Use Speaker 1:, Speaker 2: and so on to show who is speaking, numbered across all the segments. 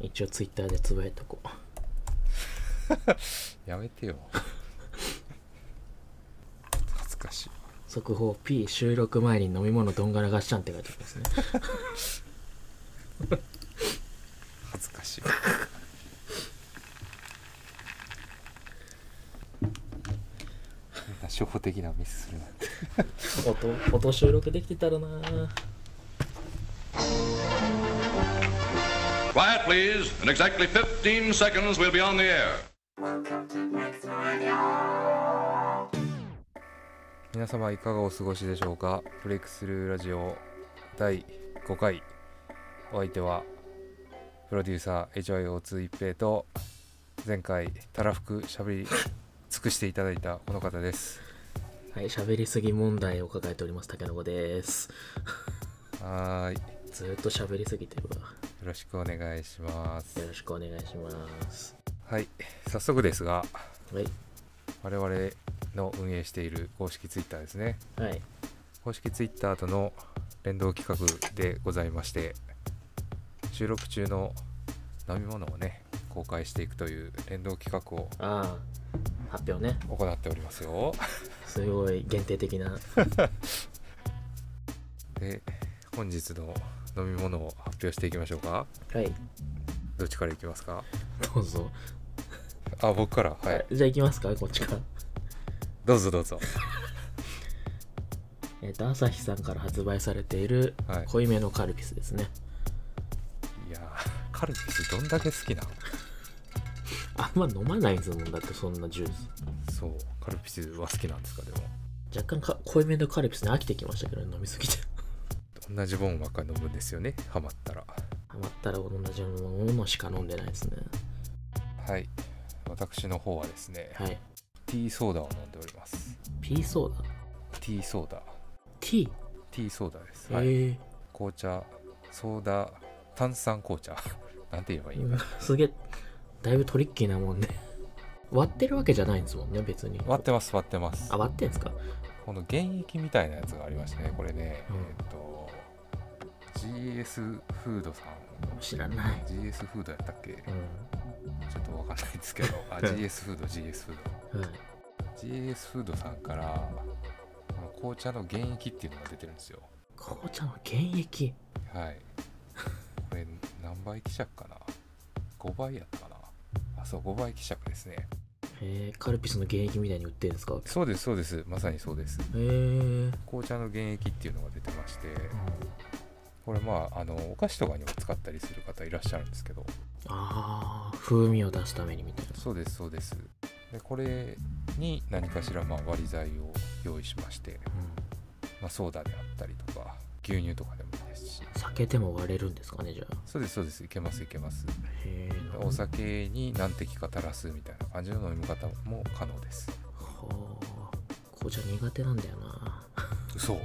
Speaker 1: 一応ツイッターでつぶやいとこう
Speaker 2: やめてよ恥ずかしい
Speaker 1: 速報 P 収録前に飲み物どんがらがっしゃんって書いてありますね
Speaker 2: 恥ずかしい初歩的なミスするなんて
Speaker 1: 音音収録できてたらな
Speaker 3: Quiet, please. In exactly 15 seconds, we'll be on the air.
Speaker 2: 皆様いかがお過ごしでしょうかブレイクスルーラジオ第5回お相手はプロデューサー HYO2 一平と前回たらふくしゃべり尽くしていただいたこの方です
Speaker 1: はい喋りすぎ問題を抱えております竹の子です
Speaker 2: はーいよ
Speaker 1: ずーっと喋りすぎてるわ
Speaker 2: ろしくお願いします
Speaker 1: よろしくお願いします
Speaker 2: はい早速ですが
Speaker 1: はい
Speaker 2: 我々の運営している公式ツイッターですね
Speaker 1: はい
Speaker 2: 公式ツイッターとの連動企画でございまして収録中の飲み物をね公開していくという連動企画を
Speaker 1: ああ発表ね
Speaker 2: 行っておりますよ
Speaker 1: すごい限定的 な
Speaker 2: で本日の飲み物を発表していきましょうか
Speaker 1: はい
Speaker 2: どっちからいきますか
Speaker 1: どうぞ、
Speaker 2: あ僕からはい
Speaker 1: じゃあ行きますかこっちから
Speaker 2: どうぞどうぞ
Speaker 1: えっ、と朝日さんから発売されている
Speaker 2: はい
Speaker 1: 濃いめのカルピスですね、
Speaker 2: いやーカルピスどんだけ好きなの
Speaker 1: あんま飲まないですもんだってそんなジュース
Speaker 2: そうカルピスは好きなんですかでも
Speaker 1: 若干か濃いめのカルピスに飽きてきましたけど飲みすぎて
Speaker 2: 同じボンばっかり飲むんですよねハマったら
Speaker 1: ハマったら同じようなものしか飲んでないですね
Speaker 2: はい私の方はですね、
Speaker 1: はい
Speaker 2: ティーソーダを飲んでおります
Speaker 1: ピーソーダ
Speaker 2: ティーソーダ
Speaker 1: ティー
Speaker 2: ティーソーダです、
Speaker 1: え
Speaker 2: はい
Speaker 1: ー
Speaker 2: 紅茶ソーダ炭酸紅茶 なんて言えばいいの、
Speaker 1: すげえだいぶトリッキーなもんね割ってるわけじゃないんですもんね別に
Speaker 2: 割ってます割ってます
Speaker 1: あ割ってんすか
Speaker 2: この原液みたいなやつがありましてねこれね、
Speaker 1: うん
Speaker 2: えっと GS フードさん
Speaker 1: 知らない
Speaker 2: GS フードやったっけち
Speaker 1: う
Speaker 2: ょっとわかんないですけど あ GS フード GS フー
Speaker 1: んはい
Speaker 2: ド GS フードさんからこの紅茶の原液っていうのが出てるんですよ
Speaker 1: 紅茶の原液
Speaker 2: はい。これ何倍希釈かな ?5 倍やったかなあ、そう、5倍希釈ですね。
Speaker 1: えー、カルピスの原液みたいに売ってるんですか
Speaker 2: そうです、そうです。まさにそうです。
Speaker 1: えー、
Speaker 2: 紅茶の原液っていうのが出てまして、これまあ、あの、お菓子とかにも使ったりする方いらっしゃるんですけど、
Speaker 1: あー風味を出すためにみたいな
Speaker 2: そうです、そうです。で、これに何かしらまあ割り剤を用意しまして、まあ、ソーダであったりとか、牛乳とかでもいいですし、
Speaker 1: 避けても割れるんですかねじゃあ
Speaker 2: そうです、そうです。いけます、いけます。
Speaker 1: へえ
Speaker 2: お酒に何滴か垂らすみたいな感じの飲み方も可能です
Speaker 1: はあ紅茶苦手なんだよな
Speaker 2: 嘘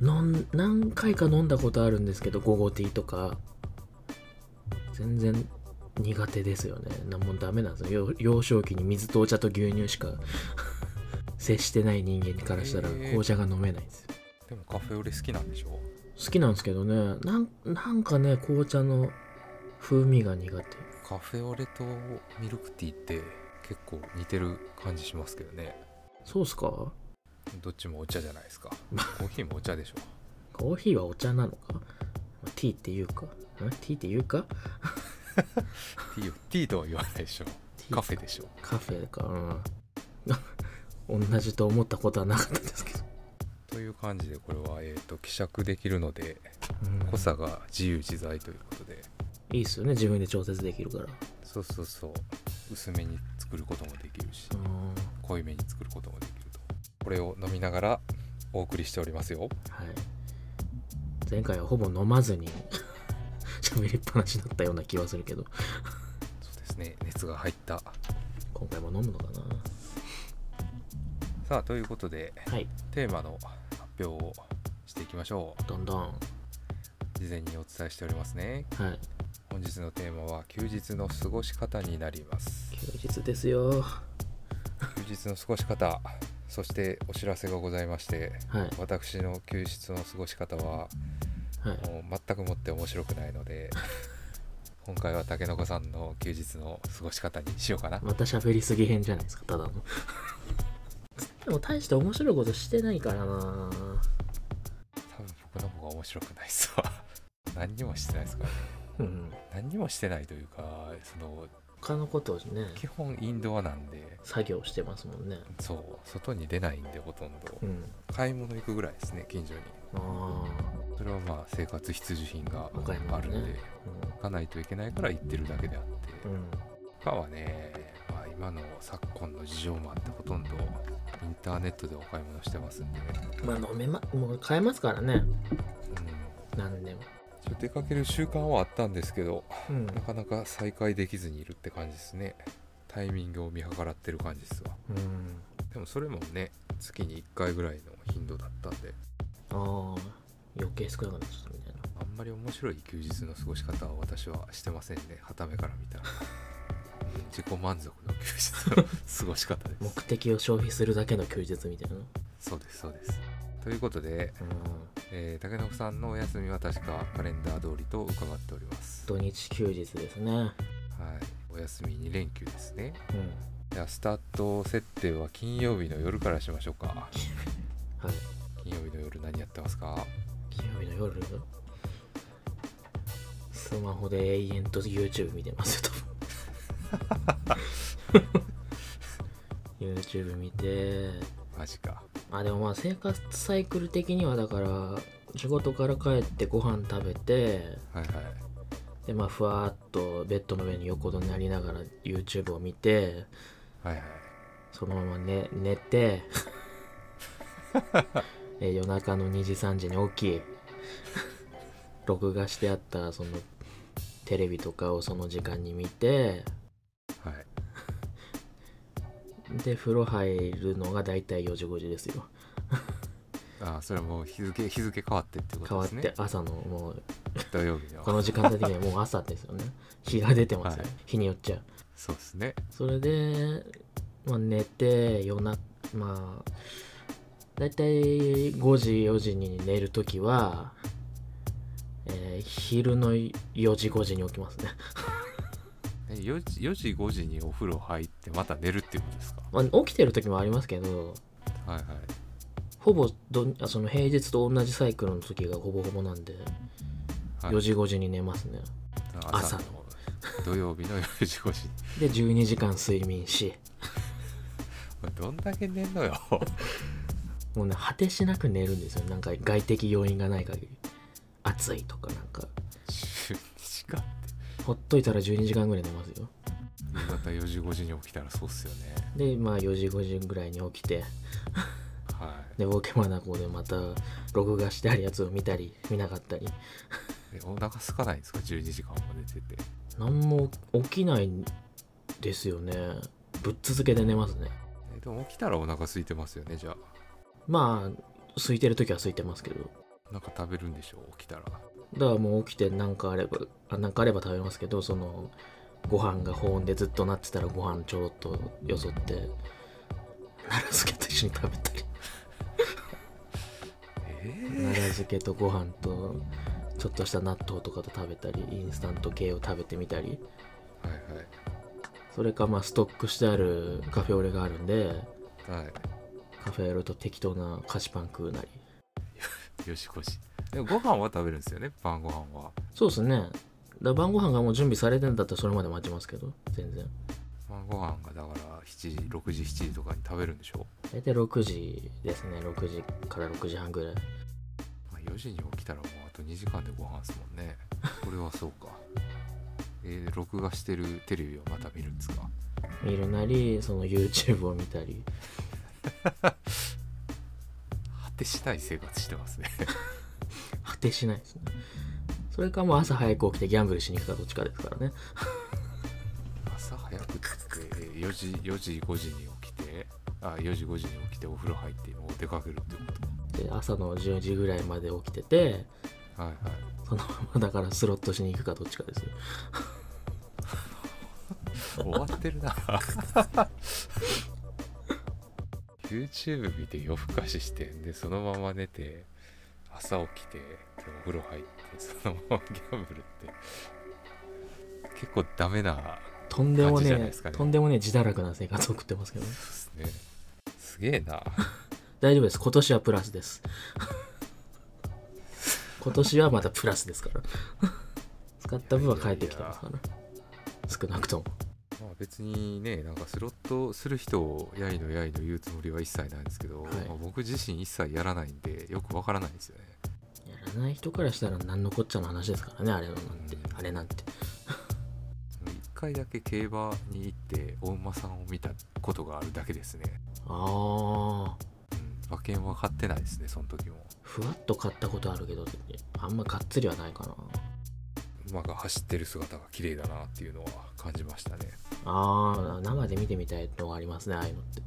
Speaker 1: 飲ん何回か飲んだことあるんですけど午後ティーとか全然苦手ですよねなんもダメなんですよ幼幼少期に水とお茶と牛乳しか 接してない人間からしたら
Speaker 2: へえ
Speaker 1: 紅茶が飲めないんですよ
Speaker 2: でもカフェオレ好きなんでしょ
Speaker 1: 好きなんですけどねなんなんかね紅茶の風味が苦手
Speaker 2: カフェオレとミルクティーって結構似てる感じしますけどね
Speaker 1: そうっすか
Speaker 2: どっちもお茶じゃないですかコーヒーもお茶でしょ
Speaker 1: コーヒーはお茶なのかまあティーっていうかんティーっていうか
Speaker 2: ティーをティーとは言わないでしょカフェでしょ
Speaker 1: カフェかうん同じと思ったことはなかったですけど、
Speaker 2: という感じでこれは、えー、と希釈できるので
Speaker 1: うん
Speaker 2: 濃さが自由自在ということで
Speaker 1: いいっすよね自分で調節できるから
Speaker 2: そうそうそう薄めに作ることもできるし
Speaker 1: うん
Speaker 2: 濃いめに作ることもできるとこれを飲みながらお送りしておりますよ
Speaker 1: はい前回はほぼ飲まずに 喋りっぱなしだったような気はするけど
Speaker 2: そうですね熱が入った
Speaker 1: 今回も飲むのかな
Speaker 2: さあということで
Speaker 1: はい
Speaker 2: テーマの発表をしていきましょ
Speaker 1: どんどんは
Speaker 2: う事前にお伝えしておりますね
Speaker 1: い
Speaker 2: 本日のテーマは休日の過ごし方になります
Speaker 1: 休日ですよ
Speaker 2: 休日の過ごし方そしてお知らせがございまして
Speaker 1: はい
Speaker 2: 私の休日の過ごし方は
Speaker 1: はい
Speaker 2: もう全くもって面白くないので今回は竹の子さんの休日の過ごし方にしようかな
Speaker 1: また喋りすぎ編じゃないですかた だのでも大して面白いことしてないからな
Speaker 2: 多分僕の方が面白くないっすわ 何にもしてないですからね
Speaker 1: うん
Speaker 2: 何にもしてないというかその
Speaker 1: 他のことをね
Speaker 2: 基本インドアなんで
Speaker 1: 作業してますもんね
Speaker 2: そう外に出ないんでほとんど
Speaker 1: うん
Speaker 2: 買い物行くぐらいですね近所に
Speaker 1: あ
Speaker 2: それはまあ生活必需品が
Speaker 1: お買い物ね
Speaker 2: あるんで
Speaker 1: あ
Speaker 2: 行かないといけないから行ってるだけであって
Speaker 1: うん、うん、
Speaker 2: 他はね、まあ、今の昨今の事情もあってほとんどインターネットでお買い物してますんで、
Speaker 1: まあ飲めまもう買えますからね
Speaker 2: うん、
Speaker 1: 何でも
Speaker 2: ちょっと出かける習慣はあったんですけど
Speaker 1: うん
Speaker 2: なかなか再開できずにいるって感じですねタイミングを見計らってる感じですわ
Speaker 1: うん
Speaker 2: でもそれもね月に1回ぐらいの頻度だったんで
Speaker 1: ああ余計少なくなっちゃったみたいな
Speaker 2: あんまり面白い休日の過ごし方は私はしてませんね傍目から見たらうん自己満足の休日の過ごし方で
Speaker 1: 目
Speaker 2: す
Speaker 1: 的を消費するだけの休日みたいな
Speaker 2: そうですそうですということで、
Speaker 1: うん
Speaker 2: えー、竹の子さんのお休みは確かカレンダー通りと伺っております
Speaker 1: 土日休日ですね
Speaker 2: はいお休み2連休ですね
Speaker 1: うん
Speaker 2: じゃあスタート設定は金曜日の夜からしましょうか
Speaker 1: はい
Speaker 2: 金曜日の夜何やってますか
Speaker 1: 金曜日の夜スマホで永遠と YouTube 見てますよ 多分 YouTube 見て
Speaker 2: マジか
Speaker 1: あでもまあ生活サイクル的にはだから仕事から帰ってご飯食べて
Speaker 2: はいはい
Speaker 1: でまあふわーっとベッドの上に横になりながら YouTube を見て
Speaker 2: はいはい
Speaker 1: そのまま寝寝 てえ夜中の2時3時に起き録画してあったそのテレビとかをその時間に見て
Speaker 2: はい
Speaker 1: で風呂入るのが大体4時5時ですよ
Speaker 2: ああそれはもう日付日付変わってってこ
Speaker 1: 変
Speaker 2: と
Speaker 1: わ
Speaker 2: で
Speaker 1: っ
Speaker 2: すね
Speaker 1: て朝のもう
Speaker 2: 土曜日の
Speaker 1: この時間帯的にはもう朝ですよね日が出てますよ、
Speaker 2: はい
Speaker 1: 日によっちゃ
Speaker 2: そうですね
Speaker 1: それで、まあ、寝て夜なまあ大体5時4時に寝るときは、えー昼の4時5時に起きますね、
Speaker 2: え4時 ,4 時5時にお風呂入ってまた寝るっていうことですか
Speaker 1: まあ、起きてるときもありますけど
Speaker 2: はいはい
Speaker 1: ほぼどあその平日と同じサイクルの時がほぼほぼなんで、
Speaker 2: はい
Speaker 1: 4時5時に寝ますね
Speaker 2: 朝の土曜日の4時5時に
Speaker 1: で 12時間睡眠し
Speaker 2: お前どんだけ寝んのよ
Speaker 1: もうね果てしなく寝るんですよなんか外的要因がない限り暑いとかなんか
Speaker 2: 12時間って
Speaker 1: ほっといたら12時間ぐらい寝ますよ
Speaker 2: 夕方4時5時に起きたらそうっすよね
Speaker 1: でまあ4時5時ぐらいに起きて
Speaker 2: は
Speaker 1: でウォーケマナコでまた録画してあるやつを見たり見なかったり
Speaker 2: いえお腹空かないんですか12時間も寝てて
Speaker 1: 何も起きないんですよねぶっ続けで寝ますね
Speaker 2: えでも起きたらお腹空いてますよねじゃあ
Speaker 1: まあ空いてる時は空いてますけど
Speaker 2: なんか食べるんでしょう起きたら
Speaker 1: だからもう起きて何かあればあなんかあれば食べますけどそのご飯が保温でずっとなってたらご飯ちょろっとよそって奈良漬けと一緒に食べたり
Speaker 2: え
Speaker 1: 奈良漬けとご飯とちょっとした納豆とかと食べたりインスタント系を食べてみたり
Speaker 2: ーはい
Speaker 1: それかまあストックしてあるカフェオレがあるんで
Speaker 2: はいはい
Speaker 1: カフェオレと適当な菓子パン食うなり
Speaker 2: 4時5時でもご飯は食べるんですよね晩ご飯は
Speaker 1: そうですねだから晩ご飯がもう準備されてんだったらそれまで待ちますけど全然
Speaker 2: 晩ご飯がだから7時6時7時とかに食べるんでしょ
Speaker 1: 大体6時ですね6時から6時半ぐらい
Speaker 2: まあ4時に起きたらもうあと2時間でご飯ですもんねこれはそうか えー録画してるテレビをまた見るんですか
Speaker 1: 見るなりその YouTube を見たり
Speaker 2: 果てしない生活してますね
Speaker 1: 果てしないですねそれかもう朝早く起きてギャンブルしに行くかどっちかですからね
Speaker 2: 朝早く起きてえー4時4時5時に起きてあ4時5時に起きてお風呂入ってもう出かけるってこと
Speaker 1: で朝の10時ぐらいまで起きてて
Speaker 2: はいはい
Speaker 1: そのままだからスロットしに行くかどっちかですよ
Speaker 2: 終わってるな YouTube 見て夜更かししてでそのまま寝て朝起きてでお風呂入ってそのままギャンブルって結構ダメな
Speaker 1: とんでも
Speaker 2: 感じじ
Speaker 1: ね
Speaker 2: ゃないですかね
Speaker 1: とんでもねえ自堕落な生活を送ってますけどね
Speaker 2: ですねすげえな
Speaker 1: 大丈夫です今年はプラスです 今年はまだプラスですから使った分は返ってきてますから少なくとも
Speaker 2: まあ別にねなんかスロットする人をやいのやいの言うつもりは一切ないんですけど、
Speaker 1: い
Speaker 2: まあ僕自身一切やらないんでよくわからないんですよね
Speaker 1: やらない人からしたら何のこっちゃの話ですからねあれなんて
Speaker 2: うん
Speaker 1: あれなんて
Speaker 2: 一回だけ競馬に行ってお馬さんを見たことがあるだけですね、
Speaker 1: ああ
Speaker 2: うん、馬券は買ってないですねその時も
Speaker 1: ふわっと買ったことあるけどあんまがっつりはないかな
Speaker 2: 馬が走ってる姿が綺麗だなっていうのは感じましたね
Speaker 1: ああ生で見てみたいのがありますねああいうのって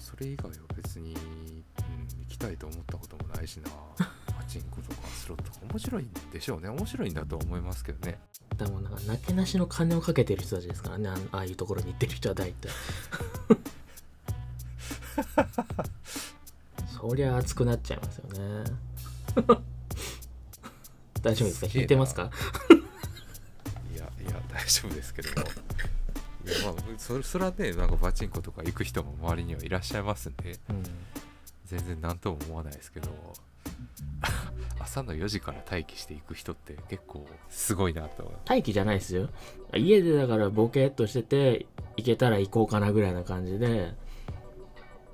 Speaker 2: それ以外は別に、うん、行きたいと思ったこともないし なパチンコとかスロットとか面白いんでしょうね面白いんだと思いますけどね
Speaker 1: でもなんかなけなしの金をかけてる人たちですからねあんああいうところに行ってる人は大 体そりゃ熱くなっちゃいますよ ね大丈夫ですか
Speaker 2: すげえな
Speaker 1: 引いてますか
Speaker 2: いやいや大丈夫ですけど もいやまあそそれはねなんかパチンコとか行く人も周りにはいらっしゃいますんで
Speaker 1: うん
Speaker 2: 全然何とも思わないですけど 朝の4時から待機していく人って結構すごいなと
Speaker 1: 待機じゃないですよ家でだからボケっとしてて行けたら行こうかなぐらいな感じで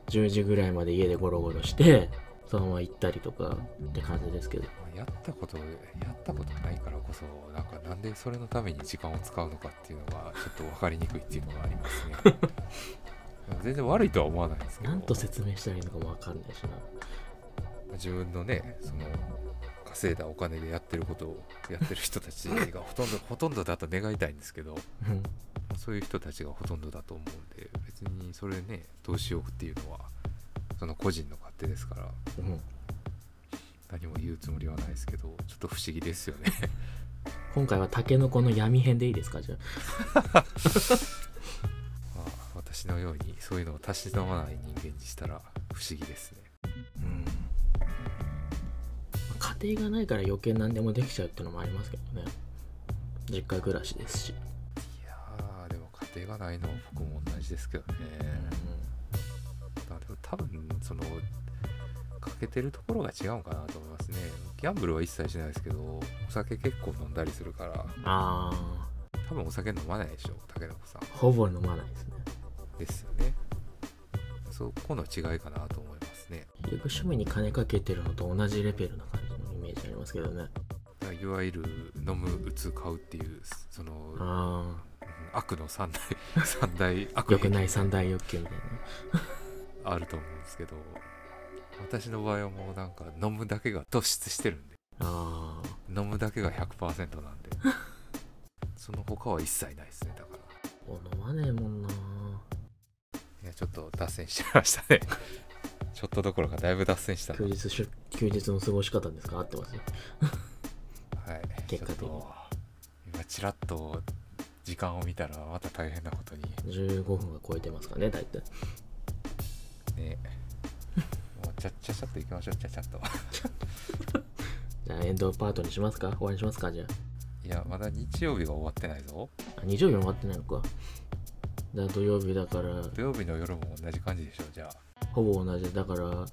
Speaker 1: 10時ぐらいまで家でゴロゴロしてそのまま行ったりとかって感じですけど
Speaker 2: まあやったことやったことないからこそなんかなんでそれのために時間を使うのかっていうのがちょっと分かりにくいっていうのがありますね 全然悪いとは思わないんですけど
Speaker 1: なんと説明したらいいのかもわかんないしな
Speaker 2: 自分のねその稼いだお金でやってることをやってる人たちがほとんどほとんどだと願いたいんですけど
Speaker 1: うん
Speaker 2: そういう人たちがほとんどだと思うんで別にそれねどうしようっていうのはその個人の勝手ですから
Speaker 1: うん
Speaker 2: 何も言うつもりはないですけどちょっと不思議ですよね
Speaker 1: 今回はタケノコの闇編でいいですかじゃ
Speaker 2: まあ私のようにそういうのをたしなまない人間にしたら不思議ですね
Speaker 1: あ家庭がないから余計何でもできちゃうっていうのもありますけどね実家暮らしですし、
Speaker 2: いやーでも家庭がないのは僕も同じですけどね、まあでも多分その欠けてるところが違うんかなと思いますねギャンブルは一切しないですけどお酒結構飲んだりするから
Speaker 1: ああ
Speaker 2: 多分お酒飲まないでしょ竹の子さん
Speaker 1: ほぼ飲まないですね
Speaker 2: ですよねそこの違いかなと思いますね
Speaker 1: 結局趣味に金かけてるのと同じレベルな感じのイメージありますけどね
Speaker 2: だからいわゆる飲む打つ買うっていうその、うん
Speaker 1: あ
Speaker 2: 悪の三大三大
Speaker 1: あ
Speaker 2: 悪
Speaker 1: よくないい三大欲求みたいな
Speaker 2: あると思うんですけど私の場合はもうなんか飲むだけが突出してるんで
Speaker 1: ああ
Speaker 2: 飲むだけが100%な んでその他は一切ないですねだから
Speaker 1: 飲まねえもんない
Speaker 2: やちょっと脱線しちゃいましたねちょっとどころかだいぶ脱線したな
Speaker 1: 休日しゅ休日の過ごし方ですか合ってますよ
Speaker 2: はい、
Speaker 1: 結果的
Speaker 2: ち
Speaker 1: に
Speaker 2: ょっと今ちらっと時間を見たらまた大変なことに
Speaker 1: 15分は超えてますかね大体
Speaker 2: ねもうちゃっちゃちゃっといきましょうちゃっちゃっと
Speaker 1: じゃあエンドパートにしますか終わりにしますかじゃ
Speaker 2: いやまだ日曜日が終わってないぞ
Speaker 1: ああ日曜日も終わってないのかだから土曜日だから
Speaker 2: 土曜日の夜も同じ感じでしょじゃあ
Speaker 1: ほぼ同じだから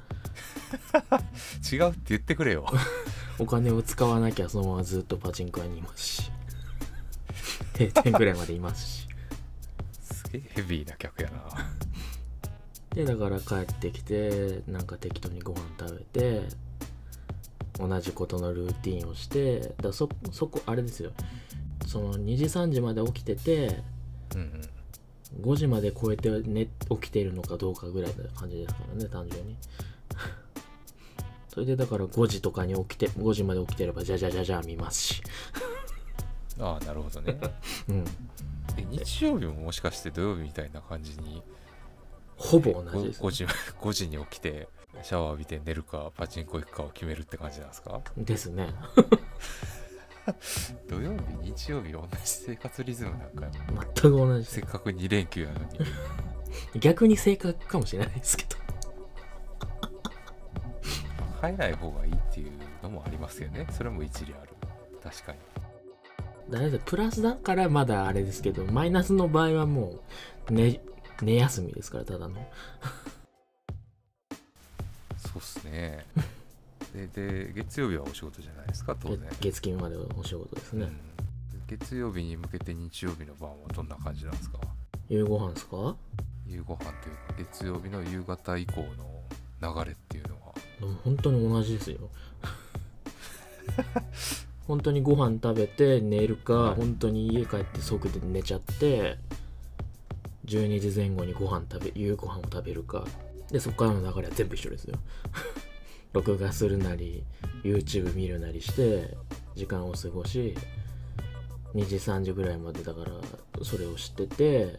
Speaker 2: 違うって言ってくれよ
Speaker 1: お金を使わなきゃそのままずっとパチンコ屋にいますし定点ぐらいまでいますし
Speaker 2: すげえヘビーな客や な
Speaker 1: でだから帰ってきてなんか適当にご飯食べて同じことのルーティンをしてだからそそこあれですよその2時3時まで起きてて
Speaker 2: うんうん
Speaker 1: 5時まで超えて寝起きてるのかどうかぐらいな感じですからね単純に それでだから5時とかに起きて5時まで起きてればじゃじゃじゃじゃ見ますし
Speaker 2: ああなるほど ね
Speaker 1: うん
Speaker 2: え日曜日ももしかして土曜日みたいな感じに
Speaker 1: ほぼ同じです
Speaker 2: 5, 時 5時に起きてシャワー浴びて寝るかパチンコ行くかを決めるって感じなんですか
Speaker 1: ですね
Speaker 2: 土曜日日曜日同じ生活リズムなんかよ
Speaker 1: 全く同じです
Speaker 2: せっかく2連休やの に
Speaker 1: 逆に正確かもしれないですけど
Speaker 2: 入らない方がいいっていうのもありますよねそれも一理ある確かに
Speaker 1: だいたいプラスだからまだあれですけど、マイナスの場合はもう、ね、寝休みですから、ただの。
Speaker 2: そうっすね でで月曜日はお仕事じゃないですか当然、
Speaker 1: 月月金までお仕事です
Speaker 2: う
Speaker 1: ね。
Speaker 2: ん、月曜日に向けて日曜日の晩はどんな感じなんですか
Speaker 1: 夕ご飯ですか
Speaker 2: 夕ご飯というか月曜日の夕方以降の流れっていうのは
Speaker 1: でも本当に同じですよ 本当にご飯食べて寝るか本当に家帰って即で寝ちゃって12時前後にご飯食べ夕ご飯を食べるかでそこからの流れは全部一緒ですよ 録画するなり YouTube 見るなりして時間を過ごし2時3時ぐらいまでだからそれをしてて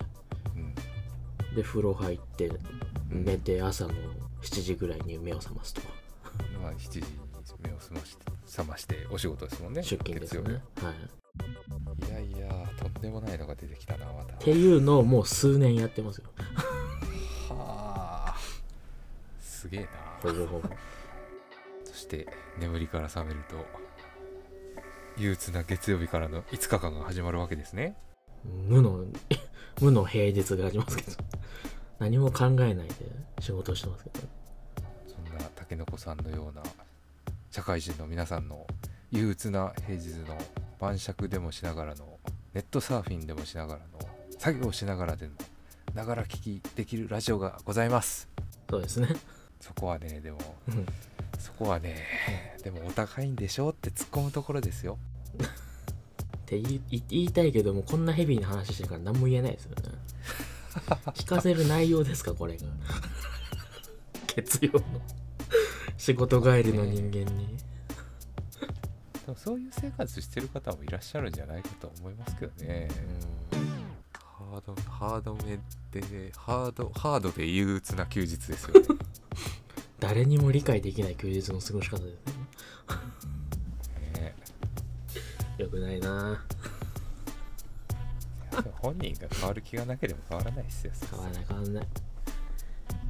Speaker 2: うん
Speaker 1: で風呂入って寝て朝の7時ぐらいに目を覚ますとか
Speaker 2: まあ、7時に目を覚まして覚ましてお仕事ですもんね
Speaker 1: 出勤ですよね。はい、っ
Speaker 2: 月曜日いやいやとんでもないのが出てきたなまた
Speaker 1: ていうのをもう数年やってますよ、
Speaker 2: はあすげえな
Speaker 1: ほぼほぼ。
Speaker 2: そして眠りから覚めると憂鬱な月曜日からの5日間が始まるわけですね
Speaker 1: 無の、無の平日があります けど、何も考えないで仕事をしてますけど、
Speaker 2: そんなたけのこさんのような社会人の皆さんの憂鬱な平日の晩酌でもしながらのネットサーフィンでもしながらの作業しながらでのながら聞きできるラジオがございます
Speaker 1: そうですね。
Speaker 2: そこはねでも
Speaker 1: うん
Speaker 2: そこはねでもお高いんでしょって突っ込むところですよ
Speaker 1: って言い言いたいけども、こんなヘビーな話してるから何も言えないですよね。聞かせる内容ですか、これ が。月曜の仕事帰りの人間に。
Speaker 2: でもそういう生活してる方もいらっしゃるんじゃないかと思いますけどねハードハードめでハードハードで憂鬱な休日ですよ ね
Speaker 1: 誰にも理解できない休日の過ごし方ですね。
Speaker 2: ね
Speaker 1: よくないなぁ
Speaker 2: いやでも本人が変わる気がなければ変わらないですよ
Speaker 1: 変わらない変わらない。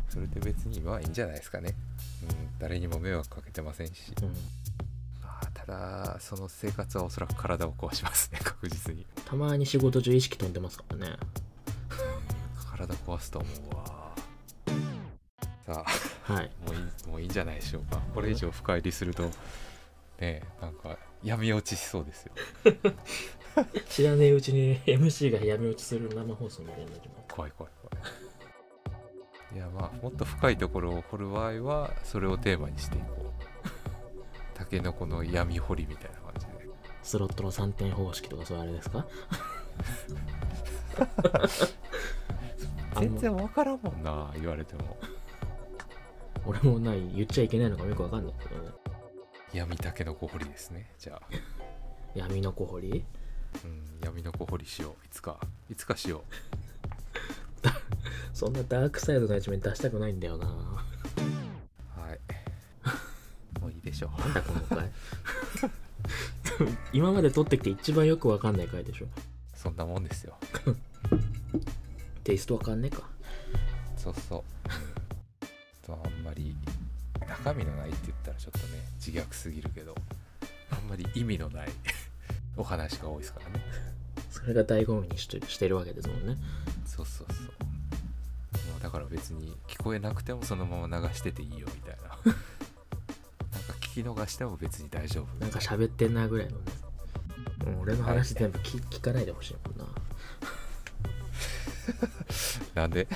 Speaker 2: それで別にまあいいんじゃないですかね、うん、誰にも迷惑かけてませんし、
Speaker 1: うん
Speaker 2: まあ、ただその生活はおそらく体を壊しますね 確実に
Speaker 1: たまに仕事中意識飛んでますからね
Speaker 2: 体壊すと思うわさあ
Speaker 1: はい
Speaker 2: もういいもういいんじゃないでしょうかこれ以上深入りするとねえなんか闇落ちしそうですよ
Speaker 1: 知らねえうちに MC が闇落ちする生放送みたいになってます
Speaker 2: 怖い怖い怖いいやまあもっと深いところを掘る場合はそれをテーマにしていこう タケノコの闇掘りみたいな感じで
Speaker 1: スロットの3点方式とかそういうあれですかあんま
Speaker 2: 全然わからんもんな言われても
Speaker 1: 俺もない言っちゃいけないのかもよくわかんないけどね
Speaker 2: 闇タケノコ掘りですねじゃあ、
Speaker 1: 闇の小堀
Speaker 2: うん、闇のコ掘りしよういつかいつかしよ
Speaker 1: そんなダークサイドの一面出したくないんだよな
Speaker 2: うはい もういいでしょう
Speaker 1: なんだこの回今まで撮ってきて一番よくわかんない回でしょ
Speaker 2: そんなもんですよ
Speaker 1: テイストわかんねえか
Speaker 2: そうそううんあとあんまり中身のないって言ったらちょっとね自虐すぎるけどあんまり意味のない お話が多いですからね
Speaker 1: それが醍醐味にしてしてるわけですもんね
Speaker 2: そうそうそうもうだから別に聞こえなくてもそのまま流してていいよみたいななんか聞き逃しても別に大丈夫
Speaker 1: なんか喋ってんなぐらいのね。もう俺の話全部聞,、聞かないでほしいもんな。
Speaker 2: なんで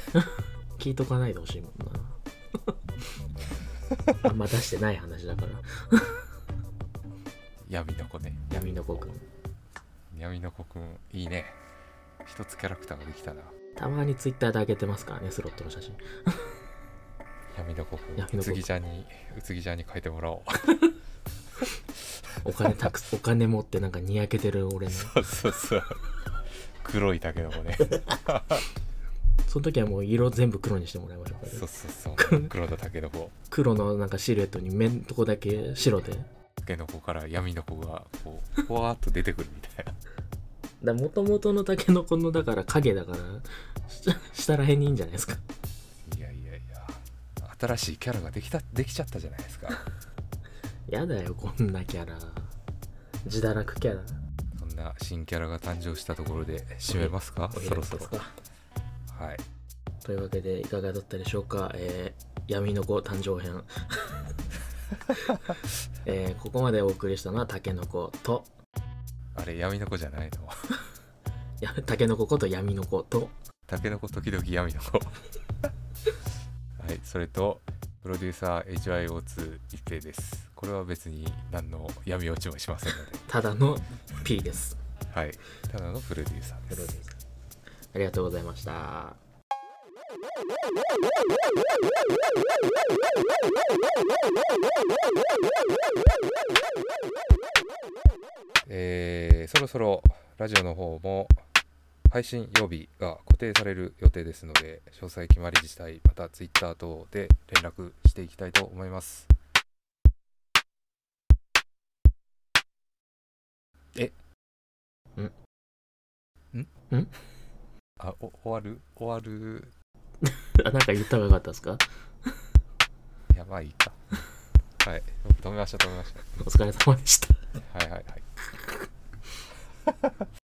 Speaker 1: 聞いとかないでほしいもんな。あんま出してない話だから。
Speaker 2: 闇の子ね
Speaker 1: 闇の子くん。
Speaker 2: 闇の子くんいいね一つキャラクターができたな
Speaker 1: たまにツイッターで上げてますからね、スロットの写真。
Speaker 2: 闇の子く
Speaker 1: 闇の
Speaker 2: ん
Speaker 1: 子くん
Speaker 2: うつぎちゃんにうつぎちゃんに書いてもらおう
Speaker 1: お金たくす、お金持ってなんかにやけてる俺の。
Speaker 2: そうそうそう黒いだけどもね
Speaker 1: その時はもう色全部黒にしてもらいましょうかね
Speaker 2: そうそうそう黒田タケノコ
Speaker 1: 黒のなんかシルエットに目んとこだけ白で。
Speaker 2: タケノコから闇の子がこうふわーっと出てくるみたいな
Speaker 1: だもともとのタケノコのだから影だから、し 下らへんにいいんじゃないですか。
Speaker 2: いやいやいや新しいキャラができたできちゃったじゃないですか
Speaker 1: やだよ、こんなキャラ。自堕落キャラ。
Speaker 2: そんなな新キャラが誕生したところで締めますか
Speaker 1: お開き
Speaker 2: そろそろ
Speaker 1: ですか
Speaker 2: はい
Speaker 1: というわけでいかがだったでしょうか、えー闇の子誕生編、 えーここまでお送りしたのはタケノコと
Speaker 2: あれ闇の子じゃないの
Speaker 1: やタケノコこと闇の子と
Speaker 2: タケノコ時々闇の子はいそれとプロデューサー HIO2 一平ですこれは別に何の闇落ちもしませんので
Speaker 1: ただの P です
Speaker 2: はいただのプロデューサー
Speaker 1: プ
Speaker 2: で
Speaker 1: ロデュー
Speaker 2: す
Speaker 1: サーありがとうございました
Speaker 2: えーそろそろラジオの方も配信曜日が固定される予定ですので詳細決まり次第また Twitter 等で連絡していきたいと思いますえ
Speaker 1: ん
Speaker 2: ん
Speaker 1: ん
Speaker 2: あお終わる終わる
Speaker 1: あなんか言った方がよかったですか
Speaker 2: やばいいか はい止めました止めました
Speaker 1: お疲れ様でした
Speaker 2: はいはいはい